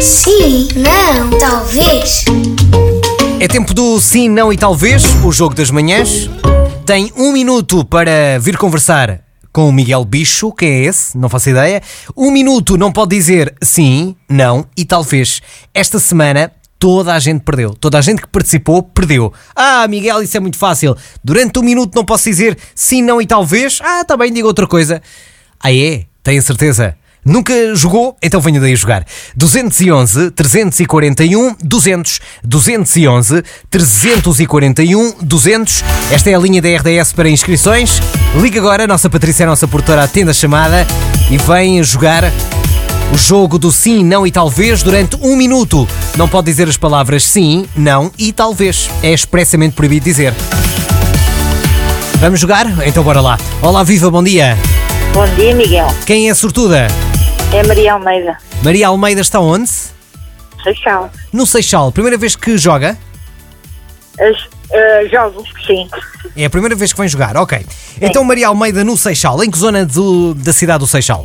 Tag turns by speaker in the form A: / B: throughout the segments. A: Sim, não, talvez.
B: É tempo do sim, não e talvez, o jogo das manhãs. Tem um minuto para vir conversar com o Miguel Bicho, quem é esse? Não faço ideia. Um minuto não pode dizer sim, não e talvez. Esta semana toda a gente perdeu. Toda a gente que participou perdeu. Ah, Miguel, isso é muito fácil. Durante um minuto não posso dizer sim, não e talvez. Ah, também digo outra coisa. Ah, é? Tenho certeza. Nunca jogou? Então venha daí jogar. 211 341 200 211 341 200. um, Esta é a linha da RDS para inscrições. Liga agora, a nossa Patrícia, é a nossa portadora atende a chamada e vem jogar o jogo do sim, não e talvez durante um minuto. Não pode dizer as palavras sim, não e talvez. É expressamente proibido dizer. Vamos jogar? Então bora lá. Olá, viva, bom dia.
C: Bom dia, Miguel.
B: Quem é a sortuda?
C: É Maria Almeida.
B: Maria Almeida está onde?
C: Seixal.
B: No Seixal, primeira vez que joga?
C: As, eh, jogos, sim.
B: É a primeira vez que vem jogar, ok. Então Maria Almeida no Seixal, em que zona do- da cidade do Seixal?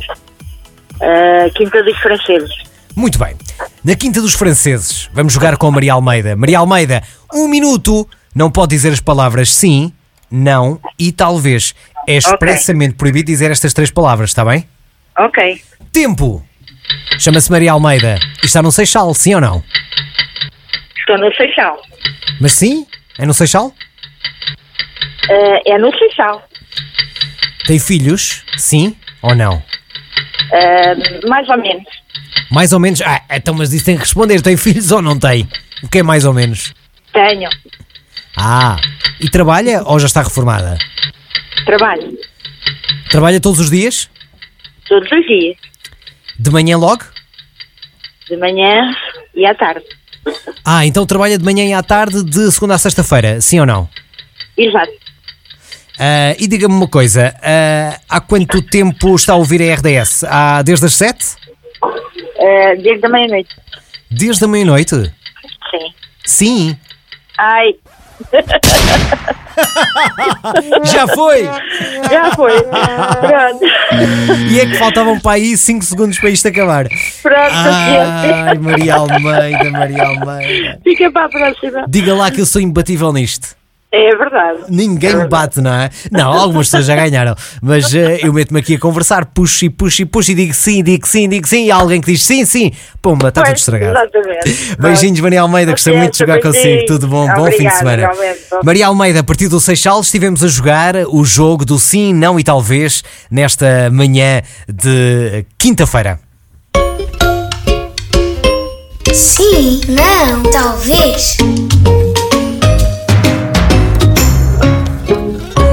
C: Eh, Quinta dos Franceses.
B: Muito bem. Na Quinta dos Franceses, vamos jogar com a Maria Almeida. Maria Almeida, um minuto, não pode dizer as palavras sim, não e talvez. É expressamente proibido dizer estas três palavras, está bem?
C: Ok.
B: Tempo! Chama-se Maria Almeida e está no Seixal, sim ou não?
C: Estou no Seixal.
B: Mas sim? É no Seixal?
C: Eh, é no Seixal.
B: Tem filhos? Sim ou não?
C: Eh, mais ou menos.
B: Mais ou menos. Ah, então, mas isso tem que responder: tem filhos ou não tem? O que é mais ou menos?
C: Tenho.
B: Ah, e trabalha ou já está reformada?
C: Trabalho.
B: Trabalha todos os dias?
C: Todos os dias.
B: De manhã logo?
C: De manhã e à tarde.
B: Ah, então trabalha de manhã e à tarde, de segunda a sexta-feira, sim ou não?
C: Exato.
B: Ah, e diga-me uma coisa: ah, há quanto tempo está a ouvir a RDS? Há desde as sete?
C: Eh, desde a meia-noite.
B: Desde a meia-noite?
C: Sim.
B: Sim,
C: Ai,
B: já foi!
C: já foi. Pronto.
B: E é que faltavam para aí 5 segundos para isto acabar.
C: Pronto,
B: Ah. Ai,
C: paciência.
B: Maria Almeida, Maria Almeida.
C: Fica para a próxima.
B: Diga lá que eu sou imbatível nisto.
C: É verdade.
B: Ninguém me bate, não é? Não, algumas pessoas já ganharam. Mas eh, eu meto-me aqui a conversar, puxo e puxo e puxo e digo sim, digo sim, digo sim. E há alguém que diz sim, sim. Pumba, está tudo
C: Pois,
B: estragado.
C: Exatamente.
B: Beijinhos, Maria Almeida, gostei muito de jogar consigo.
C: Beijinhos.
B: Tudo bom, bom fim de
C: Obrigada,
B: semana.
C: igualmente.
B: Maria Almeida, a partir do Seixal, estivemos a jogar o jogo do sim, não e talvez nesta manhã de quinta-feira.
A: Sim, não, talvez.